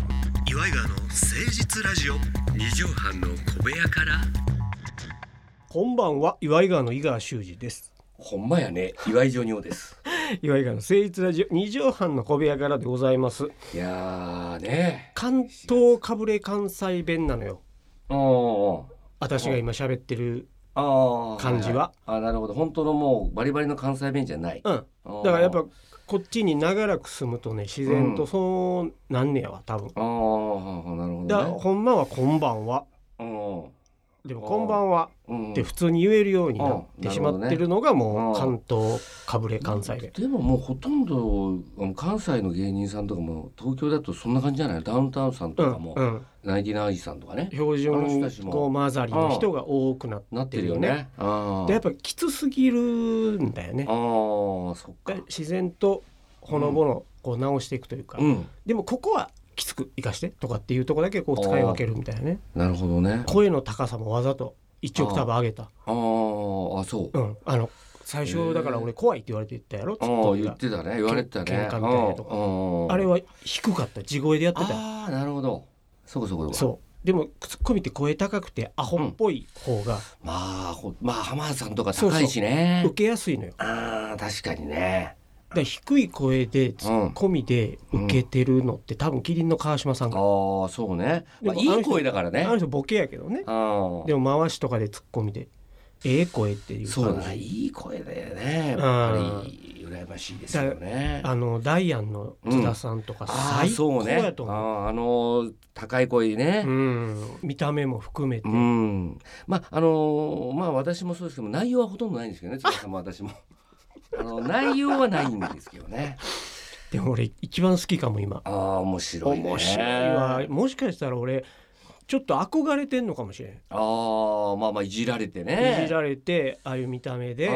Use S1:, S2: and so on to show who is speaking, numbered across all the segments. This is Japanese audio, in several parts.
S1: イガーの誠実ラジオ
S2: 二畳半の小部屋から
S3: こんばんは岩井川の井川修司です
S2: ほんまやね岩井ジョニオです
S3: 岩井川の誠実ラジオ二畳半の小部屋からでございます
S2: いやーね
S3: 関東かぶれ関西弁なのよ
S2: うん
S3: 私が今喋ってる
S2: ああ
S3: 感じは
S2: あなるほど本当のもうバリバリの関西弁じゃない
S3: うん
S2: だ
S3: だからやっぱこっちに長らく住むとね自然
S2: う
S3: と
S2: ん
S3: そうなんねやわ多分
S2: ああなるほ
S3: だから
S2: どね
S3: ほんまはこんばんは
S2: う
S3: でも
S2: あー
S3: こんばんは
S2: んうん
S3: って普通に言えるようになってしまってるのがも
S2: うん
S3: う
S2: なる
S3: 関東かぶれ関西弁
S2: でももうほとんどあの関西の芸人さんとかも東京だとそんな感じじゃないダウンタウンさん
S3: う
S2: とか
S3: ん
S2: も、
S3: うん
S2: ナインティナインさんとかね
S3: 標
S2: あの人た
S3: 準
S2: ちも
S3: 語混ざりの人が多くな
S2: なっ
S3: って
S2: てる
S3: るよ
S2: よ
S3: ね
S2: ね。ああ
S3: でやっぱきつすぎるんだよね
S2: あーそっか。
S3: 自然とほのぼのこう直していくというか、
S2: うん
S3: でもここはきつく生かしてとかっていうとこだけこう使い分けるみたいなね
S2: なるほどね。
S3: 声の高さもわざと1オクターブ上げた
S2: あーあそう。
S3: うんあの最初だから俺怖いって言われて言ったやろツッ
S2: あ
S3: コ
S2: あ
S3: ミ
S2: 言
S3: が
S2: ってたね言われてたね。
S3: 喧嘩みたいなとか
S2: あ
S3: あれは低かった地声でやってた
S2: ああなるほど。そこそこう。
S3: そうでもツッコミって声高くてアホっぽい方が
S2: まあほまあ浜田さんとか高いしね。
S3: 受けやすいのよ
S2: ああ確かにね。
S3: だから低い声でツッコミで受けてるのって多分キリンの川島さんが、
S2: ああそうね。まあ、
S3: で
S2: い
S3: もあの人
S2: い声だからね。
S3: あの人ボケやけどね
S2: あー
S3: でも回しとかでツッコミでええ声っていう感じ
S2: そうだねいい声だよね。やっぱり羨ましいですよね。
S3: あのダイアンの津田さんとか
S2: ああ
S3: 最
S2: そう
S3: 高
S2: ね。あ
S3: やと思う,、
S2: ーあの高い声ね。
S3: うん、見た目も含めて、
S2: うん、まああのーまあ私もそうですけど内容はほとんどないんですけどね塚さんも私 もあの内容はないんですけどね
S3: でも俺一番好きかも今
S2: ああ面白いね
S3: 面白いわもしかしたら俺ちょっと憧れてんのかもしれん、
S2: ああまあまあいじられてね
S3: いじられてああいう見た目
S2: れ
S3: で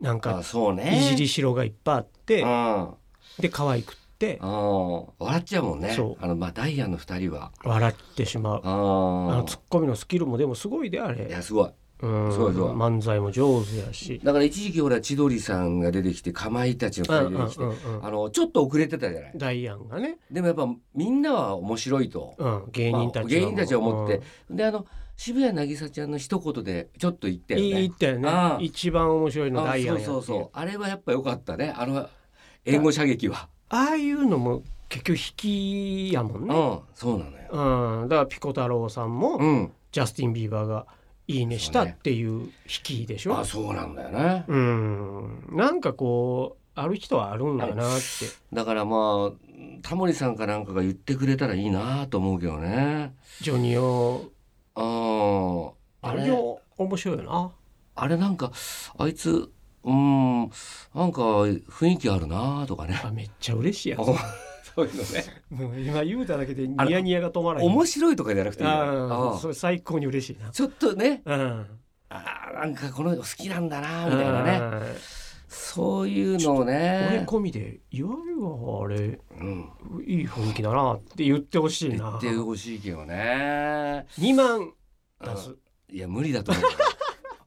S3: なん
S2: あ
S3: か
S2: あそうね
S3: いじりしろがいっぱいあって、
S2: うんあ
S3: で可愛くって
S2: あ笑っちゃうもんね
S3: そう
S2: あのまあダイアンの二人は
S3: 笑ってしまう
S2: あ
S3: あの
S2: あ
S3: ツッコミのスキルもでもすごいであ
S2: い
S3: れ
S2: やすごい
S3: うん
S2: そうそう
S3: 漫才も上手やし
S2: だから一時期俺は千鳥さんが出てきてかまいたちの
S3: うん
S2: 二
S3: う
S2: 人
S3: ん
S2: 出てきて、
S3: うんうん
S2: あのちょっと遅れてたじゃない
S3: ダイアンがね、
S2: でもやっぱみんなは面白いと
S3: うん、芸人たちはもう、
S2: まあ芸人たちは思って
S3: うん
S2: であの渋谷渚ちゃんの一言でちょっと言ったよね。
S3: いいったよ
S2: あ
S3: ね
S2: あ
S3: 一番面白いの
S2: あ
S3: ダイアンやってい
S2: そうそうそうあれはやっぱ良かったねあの援護射撃は。
S3: ああいうのも結局引きやもん
S2: う
S3: ね、
S2: んそうなのよ。
S3: うんだからピコ太郎さんも
S2: うん
S3: ジャスティン・ビーバーが「いいね」したっていう引きでしょ
S2: あそうなんだよね。
S3: うんなんかこうある人はあるんだなって
S2: だからまあタモリさんかなんかが言ってくれたらいいなと思うけどね。
S3: ジョニオ
S2: うん
S3: あ
S2: あ
S3: れ
S2: れ
S3: 面白いよな
S2: あれなんかあいつうんなんか雰囲気あるなとか ね。
S3: あめっちゃ嬉しいやん
S2: そういうのね。
S3: もう今言うただけでニヤニヤが止まらへん
S2: 面白いとかじゃなくていいよ
S3: ああそ
S2: うん
S3: れ最高に嬉しいな
S2: ちょっとね
S3: うん
S2: あーなんかこの人好きなんだなみたいなね
S3: ね
S2: そういうのを
S3: 俺
S2: ね、
S3: 込みでいわゆるあれ
S2: うん、
S3: いい雰囲気だなって言ってほしい
S2: 言
S3: な
S2: ってほしいけどね、
S3: 2万
S2: うん
S3: 出す
S2: いや無理だと思う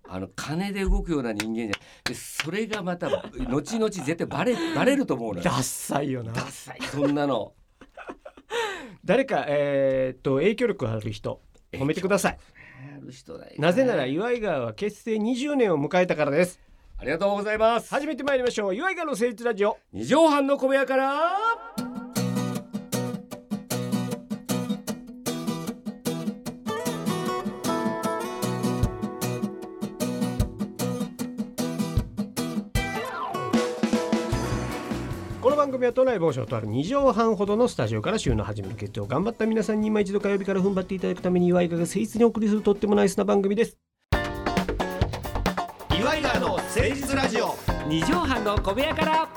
S2: あの金で動くような人間じゃでそれがまた後々絶対バレバレると思うのよ
S3: ダッサいよな
S2: ダサいそんなの
S3: 誰かえーっと影響力ある人褒めてください
S2: ある人だよね
S3: なぜなら岩井川は結成20年を迎えたからです
S2: ありがとうございます
S3: 始めてまいりましょう岩井川の成立ラジオ
S2: 二畳半の小部屋から
S3: この番組は都内某所とある2畳半ほどのスタジオから週の初めの決定を頑張った皆さんに今一度火曜日から踏ん張っていただくために岩井川が誠実にお送りするとってもナイスな番組です
S1: 岩井川の誠実ラジオ
S2: 二畳半の小部屋から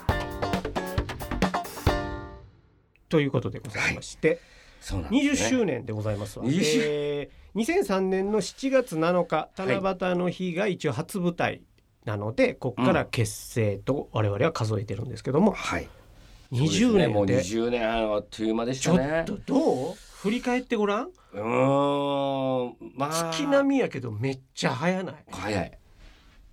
S3: ということでございまして、
S2: そうなん
S3: 20
S2: ね
S3: 周年でございますわ、
S2: 20
S3: えー2003年の7月7日七夕の日が一応初舞台なので、ここから結成と我々は数えてるんですけども、
S2: はいそう
S3: 20
S2: ですねも
S3: 年
S2: う20
S3: で
S2: 年あっという間でし
S3: ち
S2: た
S3: ょ
S2: ね
S3: っとどう振り返ってごらん
S2: うーんまあ
S3: 月並みやけどめっちゃ早ない、
S2: 早い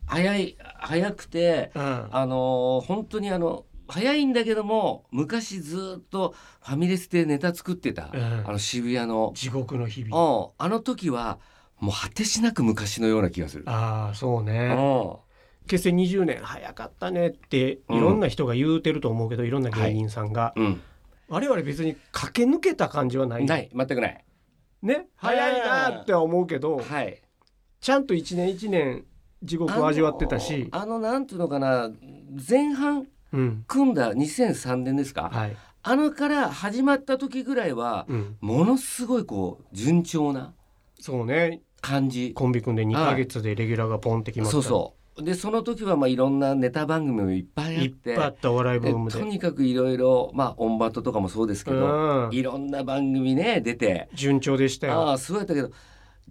S2: 早い早くて
S3: うん、
S2: あのー本当にあの早いんだけども昔ずっとファミレスでネタ作ってた、
S3: うん
S2: あの渋谷の、
S3: 地獄の日
S2: う
S3: 々
S2: ん、あの時はもう果てしなく昔のような気がする。
S3: ああそう
S2: う
S3: ね
S2: ん
S3: 結成20年早かったねって
S2: うん
S3: いろんな人が言うてると思うけど、いろんな芸人さんが、
S2: うん、
S3: 我々別に駆け抜けた感じはない
S2: ない全くない。
S3: ね早いなーっては思うけど、
S2: はい、
S3: ちゃんと一年一年地獄を味わってたし、
S2: あのあのなんていうのかな前半
S3: うん
S2: 組んだ2003年ですか、
S3: はい
S2: あのから始まった時ぐらいは
S3: うん、
S2: ものすごいこう順調な
S3: そうね
S2: 感じ
S3: コンビ組んで2ヶ月でレギュラーがポンってきました、
S2: そうそうでその時はまあいろんなネタ番組もいっぱいあっ
S3: いってぱいあったお笑いブーム
S2: で
S3: で
S2: とにかくいろいろまあオンバトとかもそうですけど
S3: うん
S2: いろんな番組ね出て
S3: 順調でしたよ
S2: ああそうやったけど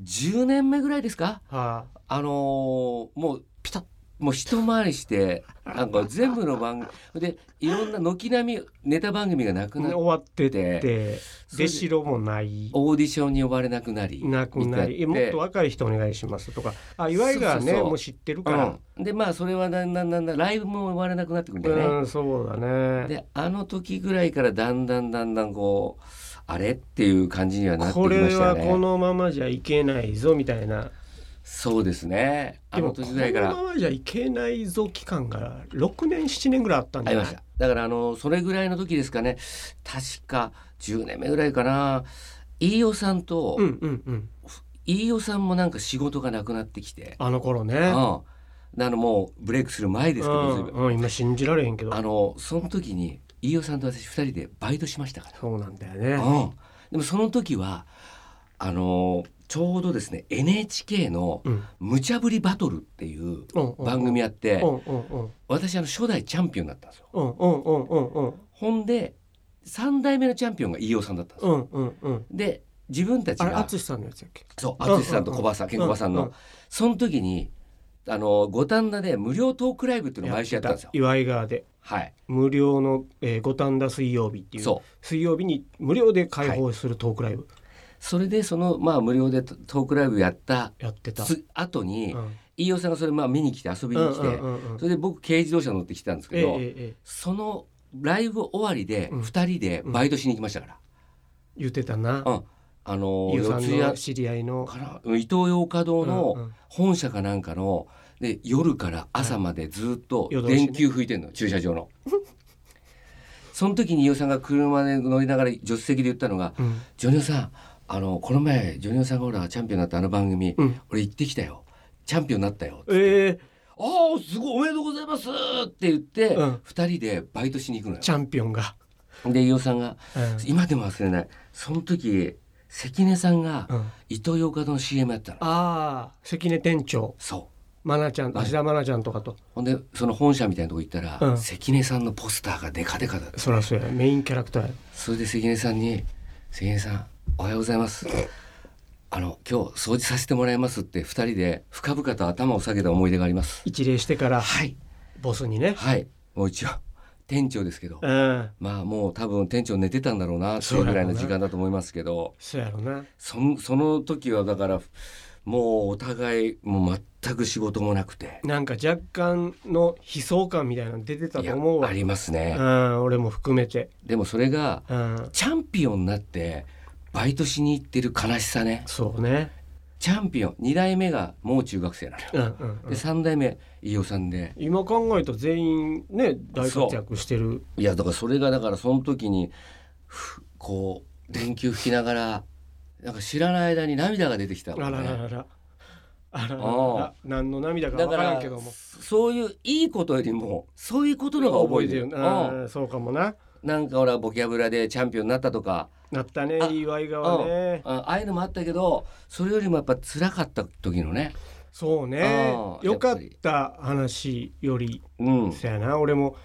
S2: 10年目ぐらいですか
S3: は
S2: あのーもうピタッもう一回りしてなんか全部の番組でいろんな軒並みネタ番組がなく
S3: あ、
S2: なっ
S3: 終
S2: て
S3: わってって
S2: そ
S3: 出城もない
S2: オーディションに呼ばれなくなり
S3: なくなりえ
S2: みた
S3: も
S2: い
S3: っと若い人お願いしますとかあ岩井が
S2: そうそ
S3: ね
S2: うそう
S3: もう知ってるから、
S2: うん、でまあそれはだんだんだんだんライブも呼ばれなくなってくるんだよね。
S3: うんそうだね
S2: であの時ぐらいからだんだんだんだんこうあれっていう感じにはなってき
S3: こ
S2: ま
S3: れ
S2: したよ
S3: は
S2: ね。
S3: このままじゃいけないぞみたいな
S2: そうですねあ
S3: で
S2: の
S3: もこ
S2: 時
S3: の
S2: ぐらいから
S3: ままじゃいけないぞ期間が6年7年ぐらいあったん
S2: あ
S3: じ
S2: り
S3: ゃな
S2: まし
S3: い
S2: ただからあのそれぐらいの時ですかね確か10年目ぐらいかな飯尾さんと、
S3: うんうんうん
S2: 飯尾さんもなんか仕事がなくなってきて、
S3: あの頃ね
S2: うん、あのもうブレイクする前ですけど、随分
S3: うんうん、今信じられへんけど
S2: あのその時に飯尾さんと私2人でバイトしましたから。
S3: そうなんだよね
S2: うん、でもその時はあのーちょうどですね NHK の
S3: うん
S2: 「無茶ぶりバトル」っていう
S3: うんうんうん
S2: 番組やって、
S3: うんうんうん
S2: 私あの初代チャンピオンだったんですよ。
S3: うんうんうんうんうん
S2: ほんで3代目のチャンピオンが飯尾さんだったんです
S3: う
S2: よ。
S3: んうんうん
S2: で自分たち
S3: あれ
S2: が
S3: 淳さんのやつやっけ
S2: そう淳さんと小林さんケンコバさんの、
S3: うんうん
S2: その時にあの五反田で無料トークライブっていうのを毎週やったんですよ。
S3: 岩井川で
S2: はい、
S3: 無料のえー五反田水曜日っていう
S2: そう
S3: 水曜日に無料で開放するトークライブ
S2: それでその、まあ、無料でトトークライブやった
S3: やってた、
S2: つ後に、
S3: うん
S2: 飯尾さんがそれまあ見に来て遊び
S3: うん
S2: に来て、
S3: うんうんうん
S2: それで僕軽自動車乗ってきたんです
S3: え
S2: けど、
S3: えええ
S2: そのライブ終わりで
S3: うん
S2: 2人でバイトしに行きましたから、
S3: 言ってたな
S2: うんあの
S3: 伊予さ
S2: 四
S3: ん
S2: 谷
S3: の知り合いの
S2: からうん伊東洋華堂
S3: うんう
S2: の
S3: ん
S2: 本社かなんかので夜から朝までずっと
S3: 夜通しね
S2: 電球吹いてるの、駐車場の。その時に飯尾さんが車で乗りながら助手席で言ったのが
S3: うん
S2: 「ジョニオさんあのこの前ジョニオさんがほらチャンピオンになったあの番組、
S3: うん
S2: 俺行ってきたよチャンピオンになったよ」
S3: ええ
S2: ああすごいおめでとうございますって言って、
S3: うん
S2: 二人でバイトしに行くのよ。
S3: チャンピオンが、
S2: で飯尾さんが
S3: う
S2: 今でも忘れないその時関根さんが
S3: んうん
S2: 伊東洋華堂の CM やったの。
S3: ああ関根店長
S2: そ
S3: マナちゃん芦田愛菜ちゃんとかと
S2: うほんでその本社みたいなとこ行ったら、
S3: うん
S2: 関根さんのポスターがデカデカだった
S3: そりゃそうやメインキャラクターや
S2: それで関根さんに「関根さんおはようございます」あの今日掃除させてもらいますって二人で深々と頭を下げた思い出があります
S3: 一礼してから
S2: はい
S3: ボスにね、
S2: はいもう一応店長ですけど
S3: うん
S2: まあもう多分店長寝てたんだろうな っていうぐらいの時間だと思いますけど
S3: そうやろな
S2: そんその時はだからもうお互いもう全く仕事もなくて
S3: なんか若干の悲壮感みたいなの出てた
S2: い
S3: と
S2: や
S3: 思うわ
S2: ありますね、
S3: うん俺も含めて
S2: でもそれが
S3: うん
S2: チャンピオンになってバイトしに行ってる悲しさね
S3: そうね
S2: チャンピオン2代目がもう中学生なのよ、
S3: うんうんうん
S2: で3代目飯尾さんで
S3: 今考えたら全員ね大活躍してる
S2: いやだからそれがだからその時にふこう電球吹きながらなんか知らない間に涙が出てきた
S3: あ
S2: も
S3: ら
S2: ん
S3: ら
S2: ね
S3: らららあらら
S2: お
S3: ら
S2: う
S3: ら何の涙か
S2: だ
S3: 分
S2: か
S3: からん
S2: ら
S3: けども
S2: そういういいことよりもそういうことの方が覚えてる
S3: な
S2: うん
S3: そうかもな
S2: なんかほらボキャブラでチャンピオンになったとか
S3: なったね
S2: あ
S3: 岩井
S2: う
S3: 川
S2: ん
S3: ね
S2: あああいうのもあったけどそれよりもやっぱ辛かった時のね
S3: そうね
S2: うん
S3: よかった話より
S2: うん
S3: そやな俺も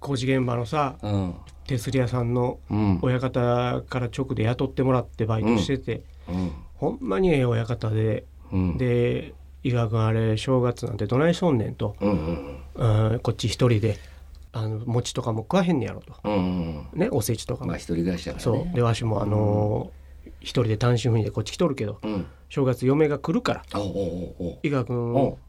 S3: 工事現場のさ
S2: うん
S3: 手すり屋さんの
S2: うん
S3: 親方から直で雇ってもらってバイトしてて、
S2: うん
S3: ほんまにええ親方で、
S2: うん
S3: で伊賀君あれ正月なんてどないしとんねんと、
S2: うんうん
S3: うんこっち一人であの餅とかも食わへんねやろと
S2: うんうんうん
S3: ねおせちとかも、
S2: まあ一人暮らしだから
S3: そう
S2: ね
S3: でわしもあのー一人で単身赴任でこっち来とるけど
S2: うん。
S3: 正月嫁が来るから
S2: あおうおう
S3: 伊賀
S2: おう
S3: 君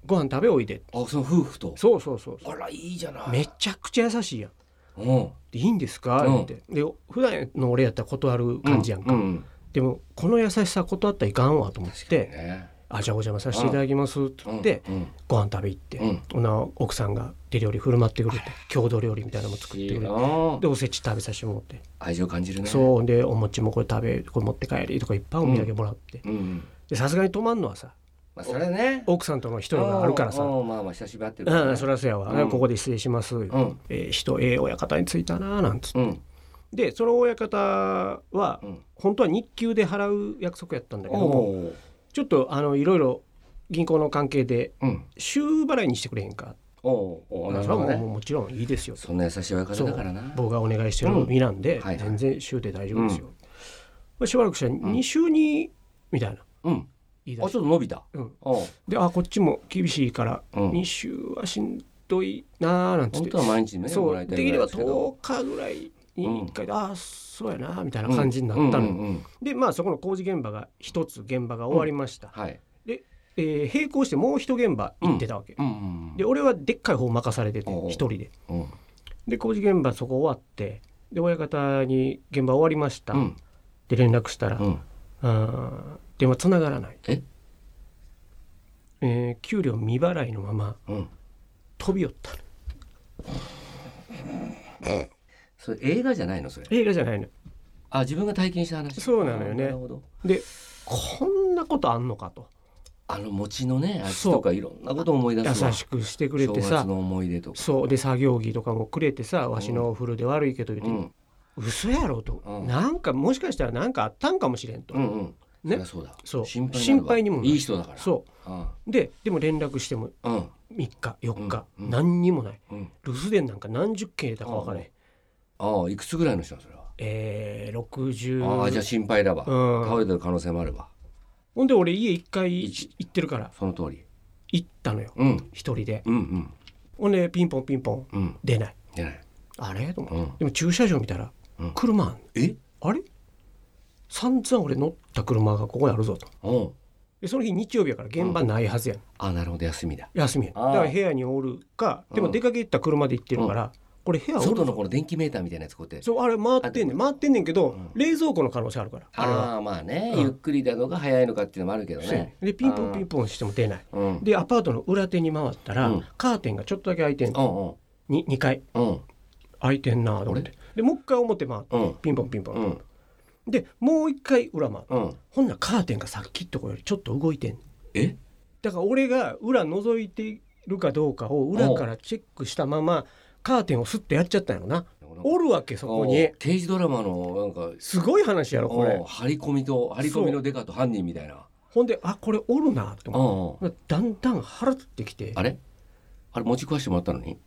S3: ご飯食べおいで
S2: おう。あその夫婦と。
S3: そうそうそうそ
S2: あらいいじゃな
S3: う
S2: い。
S3: めちゃくちゃ優しいやん
S2: うん。
S3: でいいんですか
S2: うん
S3: ってで普段の俺やったら断る感じやんか、
S2: うんうん
S3: でもこの優しさ断ったらいかんわと思っ
S2: 確かに
S3: て
S2: ね。
S3: 「あじゃあお邪魔させていただきます」って言って、
S2: うんうん
S3: ご飯食べ行って、
S2: うん
S3: ほな奥さんが手料理振る舞ってくれて郷土料理みたいなのも作ってくれて
S2: うん
S3: でおせち食べさせてもらって、
S2: 愛情感じるね。
S3: そうでお餅もこれ食べこれ持って帰りとかいっぱいお土産もらって
S2: う。うん。
S3: でさすがに泊まんのはさ
S2: まあそれはね。
S3: 奥さんとの一人があるからさ
S2: うんうんまあまあ久しぶり会ってるからね。
S3: うん、そりゃそうやわ、
S2: うん
S3: ここで失礼します、
S2: ん
S3: えー人ええ親方に着いたななんつって
S2: うん
S3: でその親方は
S2: うん。
S3: 本当は日給で払う約束やったんだけども
S2: おう。
S3: ちょっとあのいろいろ銀行の関係で
S2: うん。
S3: 週払いにしてくれへんか
S2: おうおう。なる
S3: それ
S2: ほ
S3: は
S2: ど
S3: もう
S2: ね。
S3: もちろんいいですよと
S2: そんな優しい親方だからな。
S3: 僕がお願いしてる身なんで、
S2: うんはいはい
S3: 全然週で大丈夫ですよ、まあしばらくしたら2週にみたいな
S2: うん。
S3: 言い
S2: あちょっ
S3: 出して、
S2: と伸びた。
S3: うん、
S2: おう。
S3: であこっちも厳しいから
S2: うん
S3: 2週はしんどいなーなんつっ
S2: 本
S3: て
S2: 当は毎日ね
S3: そ
S2: もら
S3: う
S2: いた
S3: で
S2: い
S3: き
S2: ぐらい
S3: れば
S2: ですけど
S3: 10日ぐらいに1回で、ああそうやなみたいな感じになっ
S2: う
S3: たの、
S2: んうんうん
S3: でまあそこの工事現場が一つ現場が終わりました、
S2: はい。
S3: えー並行してもう一現場行ってたわけ、
S2: うんうんうん
S3: で俺はでっかい方任されてて
S2: おう
S3: 一人で
S2: うん
S3: で工事現場そこ終わってで親方に現場終わりました、
S2: うん
S3: で連絡したら、
S2: う
S3: あ
S2: ん
S3: ー電話つながらない
S2: え
S3: えー給料未払いのまま
S2: うん。
S3: 飛び寄ったの
S2: それ映画じゃないのそれ。
S3: 映画じゃないの
S2: あ自分が体験した話。
S3: そうなのよね
S2: なるほど。
S3: でこんなことあんのかと
S2: あの餅のね味
S3: そう
S2: とかいろんなことを思い出すわ。
S3: 優しくしてくれ
S2: 正
S3: てさ
S2: 月の思い出とか。
S3: そうで作業着とかもくれてさわしのお風呂で悪いけど言って、
S2: うん
S3: 嘘やろと、
S2: うん
S3: なんかもしかしたらなんかあったんかもしれんと、
S2: うんうん。
S3: ね
S2: そりゃそうだ。
S3: そう
S2: 心配
S3: 心配にもな
S2: なる
S3: る
S2: わいい人だから。。
S3: そううででも連絡しても
S2: うんうん
S3: 3日4日、
S2: うんうん
S3: 何にもない
S2: うん。
S3: 留守電なんか何十件入れたか分からへん、
S2: ああいくつぐらいの人なのそれは。
S3: えー、60
S2: ああじゃあ心配だわ。
S3: うん
S2: 倒れてる可能性もあるわ。
S3: ほんで俺家1回
S2: 一
S3: 行ってるから
S2: その通り。
S3: 行ったのよ
S2: うん
S3: 一人で
S2: うんうん
S3: ほんでピンポンピンポン
S2: うん。
S3: 出ない
S2: じゃない。
S3: あれと思って、
S2: うん
S3: でも駐車場見たら
S2: うん
S3: 車あんの
S2: え？
S3: あれ散々俺乗った車がここにあるぞと
S2: おう。
S3: でその日日曜日やから現場ないはずやん、
S2: あなるほど休みだ。
S3: 休みやんだ
S2: あー
S3: から部屋におるかでも
S2: うん
S3: 出かけ行った車で行ってるから、これ部屋お
S2: 外
S3: る
S2: のこの電気メーターみたいなやつこうやって。
S3: そうあれ回ってんねん回ってんねんけど、
S2: うん
S3: 冷蔵庫の可能性あるからあれは
S2: ああまあね、
S3: うん
S2: ゆっくりだのか早いのかっていうのもあるけど
S3: そうやね
S2: ね。
S3: んでピンポンピンポンしても出ない
S2: うん。うん
S3: でアパートの裏手に回ったら、
S2: うん
S3: カーテンがちょっとだけ開いてんの
S2: うん
S3: に2階
S2: うん
S3: 開いてんなと思ってでもう一回表回って、
S2: うん
S3: ピンポンピンポン、
S2: うん
S3: でもう一回裏回って
S2: うん。
S3: ほんならカーテンがさっきとこよりちょっと動いてんねん
S2: え？
S3: だから俺が裏覗いてるかどうかを裏からチェックしたままカーテンをスッとやっちゃったんやろなおるわけそこ
S2: お
S3: に
S2: う刑事ドラマのなんか
S3: すごい話やろこ
S2: お
S3: れ
S2: う張り込みと張り込みのデカと犯人みたいな。
S3: ほんであこれおるなと
S2: う
S3: 思っ
S2: んうん。
S3: てだんだん腹立ってきて
S2: あれ？あれ持ち食わしてもらったのに？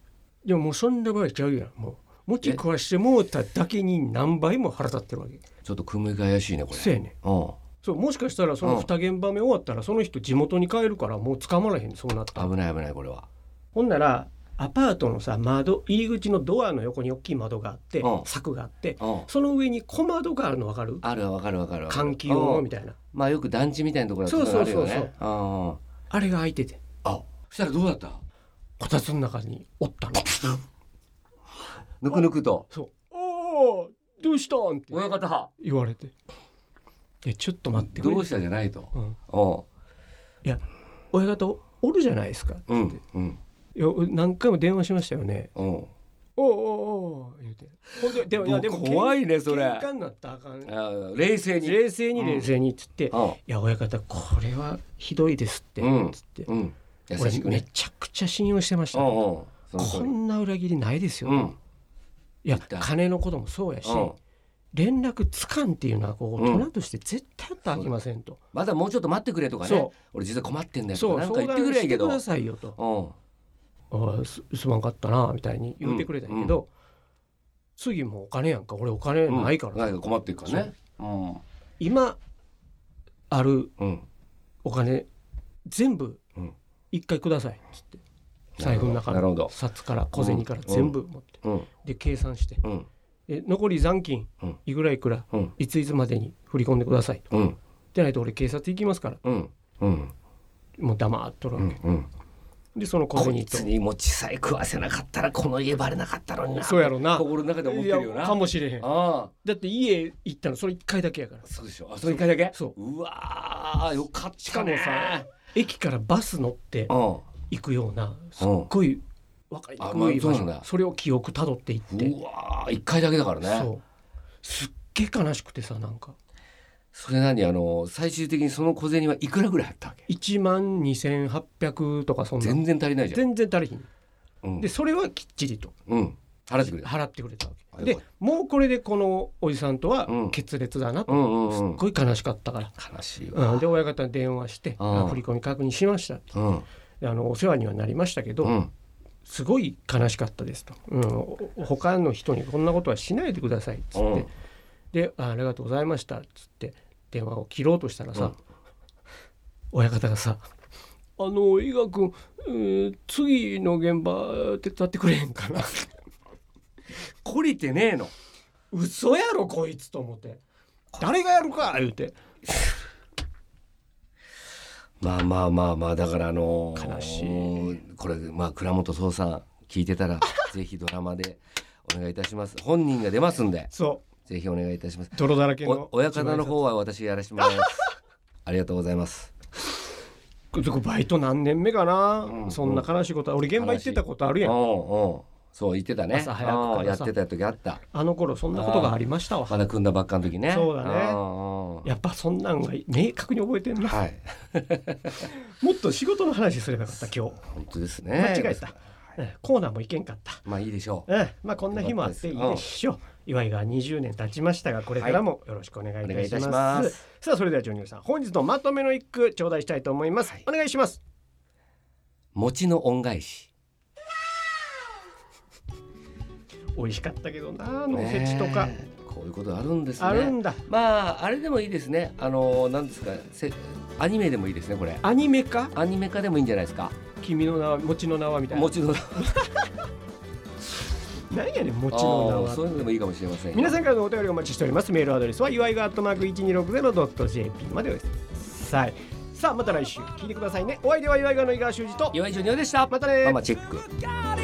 S3: でももうそんな場合ちゃうやんもう餅食わしてもうただけに何倍も腹立ってるわけ
S2: ちょっと組み替え怪しいねこれ。
S3: そうやねん
S2: う
S3: そうもしかしたらその2現場目終わったらその人地元に帰るからもう捕まらへんそうなった
S2: ん。危ない危ないこれは。
S3: ほんならアパートのさ窓入り口のドアの横に大きい窓があって
S2: うん
S3: 柵があって
S2: うん。
S3: その上に小窓があるの分かる
S2: あるわかるわかるわかる。
S3: 換気用の
S2: うん
S3: みたいな
S2: まあよく団地みたいなところだ
S3: そう
S2: と
S3: そう
S2: ある
S3: そ
S2: よ
S3: うそう
S2: ね。うんうん。
S3: あれが開いてて
S2: あ、そしたらどうだった？
S3: こたつの中におったの
S2: ぬくぬくと。
S3: そう「おおどうしたん?」って
S2: 親方。
S3: 言われて「えちょっと待ってくれ
S2: どうしたじゃないと。
S3: うん
S2: お
S3: 親方おおるじゃないですか」
S2: う。うんうん
S3: いや何回も電話しましたよね
S2: うん。」
S3: おうおうおう言うてほんででもいやでも
S2: もう怖いねそれ
S3: 喧嘩になったらあかん
S2: あ冷静に。
S3: 冷静に冷静にっつって「い
S2: うん
S3: や親方これはひどいです」って
S2: うん
S3: つって
S2: うん。優
S3: 俺
S2: しく
S3: め
S2: ね。
S3: ちゃくちゃ信用してました
S2: うん
S3: こ
S2: うん。その通り
S3: んな裏切りないですよ
S2: うん。
S3: いや
S2: った
S3: 金のこともそうやし
S2: うん
S3: 連絡つかんっていうのはこう
S2: う
S3: 大
S2: ん
S3: 人として絶対あったらあきませんと、
S2: まだもうちょっと待ってくれとか
S3: そう
S2: ね。俺実は困ってんだよと
S3: そう
S2: かなんか言ってくれやけど。
S3: 相
S2: う
S3: 談
S2: ん
S3: してくだ。さいよと
S2: お
S3: ああすすまんかったなみたいに言ってくれたんやけど、次もうお金やんか俺お金ないからさ、
S2: なんか困ってるからね。うん。
S3: 今ある
S2: うん。
S3: お金全部
S2: うん
S3: 一回くださいっつって財布の中
S2: なるほ
S3: の
S2: ど
S3: 札から小銭から
S2: うん
S3: 全部持って、
S2: うん
S3: で計算して
S2: うん
S3: え残り残金
S2: うん
S3: いくらいくら
S2: うん
S3: いついつまでに振り込んでくださいと。
S2: うん
S3: でないと俺警察行きますから
S2: うんうん
S3: もう黙っとるわ
S2: う
S3: け、
S2: んうん
S3: でその小
S2: こ
S3: 銭
S2: い
S3: と
S2: つにもちさえ食わせなかったらこの家バレなかったのにな
S3: そうやろな
S2: 心の中で思ってるよ
S3: いや
S2: な
S3: かもしれへん
S2: ああ
S3: だって家行ったのそれ一回だけやから
S2: そうでしょあそれ一回だけ
S3: そう
S2: うわーよかったね
S3: しかもさ駅からバス乗って
S2: うん
S3: 行くようなすっごい分かりに
S2: あま
S3: くい
S2: あそうなん
S3: 場所、
S2: だ
S3: それを記憶たどっていって、
S2: うわー一回だけだからね
S3: そうすっげえ悲しくてさなんか
S2: それなにあの最終的にその小銭はいくらぐらいあったわけ
S3: 1万2800とかそんな
S2: 全然足りないじゃん
S3: 全然足りひん
S2: うん
S3: でそれはきっちりと
S2: うん払ってくれた
S3: 払ってくれたわ
S2: あ
S3: け
S2: よ
S3: で
S2: かっ
S3: もうこれでこのおじさんとは
S2: うん
S3: 決裂だなと、
S2: うんうん
S3: す
S2: う
S3: っ
S2: ん
S3: ごい悲しかったから。
S2: 悲しいわ
S3: うん、で親方に電話して「
S2: ああ
S3: あ振り込み確認しました
S2: うん」
S3: であの「お世話にはなりましたけど、
S2: うん
S3: すごい悲しかったです」と「うんお、他の人にこんなことはしないでください」っつって「
S2: うん
S3: であありがとうございました」っつって電話を切ろうとしたらさ、
S2: うん
S3: 親方がさ「あの伊賀君、えー次の現場手伝ってくれへんかな」
S2: 懲りてねえの
S3: 嘘やろこいつと思って「誰がやるか!」言うて
S2: まあまあまあまあだからあのー
S3: 悲しい
S2: これまあ倉本壮さん聞いてた らぜひドラマでお願いいたします本人が出ますんで
S3: そ
S2: ぜひお願いいたします
S3: う泥だらけの
S2: お親方の方は私やらせてもらいますありがとうございます
S3: ここバイト何年目かな、
S2: うん
S3: そんな悲しいことは俺現場行ってたことある
S2: うん
S3: やん
S2: うんそう言ってたね
S3: 朝早くからさ
S2: うんやってた時あった
S3: あの頃そんなことがありましたわ
S2: まだ組んだばっかの時ね
S3: そうだね
S2: んうん
S3: やっぱそんなんが明確に覚えてんな
S2: はい
S3: もっと仕事の話すればよかった今日
S2: 本当ですね
S3: 間違えた、うんコーナーもいけんかった
S2: まあいいでしょう
S3: うん、まあこんな日もあっていいでしょう。岩井が20年経ちましたがこれからもよろしくお願いいたします。
S2: お願いいたします
S3: さあそれではジョニオさん本日のまとめの一句頂戴したいと思います。
S2: はい
S3: お願いします。
S2: 餅の恩返し
S3: 美味しかったけどなあのおせちとか、
S2: ねえこういうことあるんですね
S3: あるんだ。
S2: まああれでもいいですねあのなんですかせアニメでもいいですねこれ
S3: アニメか
S2: アニメ化でもいいんじゃないですか
S3: 君の名は餅の名はみたいな。
S2: 餅の
S3: 何やねん餅の名
S2: ああ
S3: は
S2: そ。ういうのでもいいかもしれません
S3: 皆さ
S2: ん
S3: んからのお便りをお待ちしております。メールアドレスは岩井がアットマーク 1260.jp までお寄せください。さあまた来週聞いてくださいね。お相手は岩井川の井川修司と
S2: 岩井ジョニオでした
S3: またね
S2: ママチェック
S4: Got